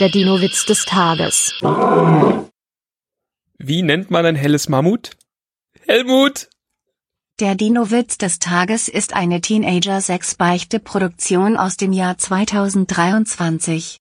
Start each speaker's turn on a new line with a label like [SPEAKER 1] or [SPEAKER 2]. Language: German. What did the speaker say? [SPEAKER 1] Der Dino-Witz des Tages.
[SPEAKER 2] Wie nennt man ein helles Mammut? Helmut!
[SPEAKER 3] Der Dino-Witz des Tages ist eine Teenager-6-Beichte-Produktion aus dem Jahr 2023.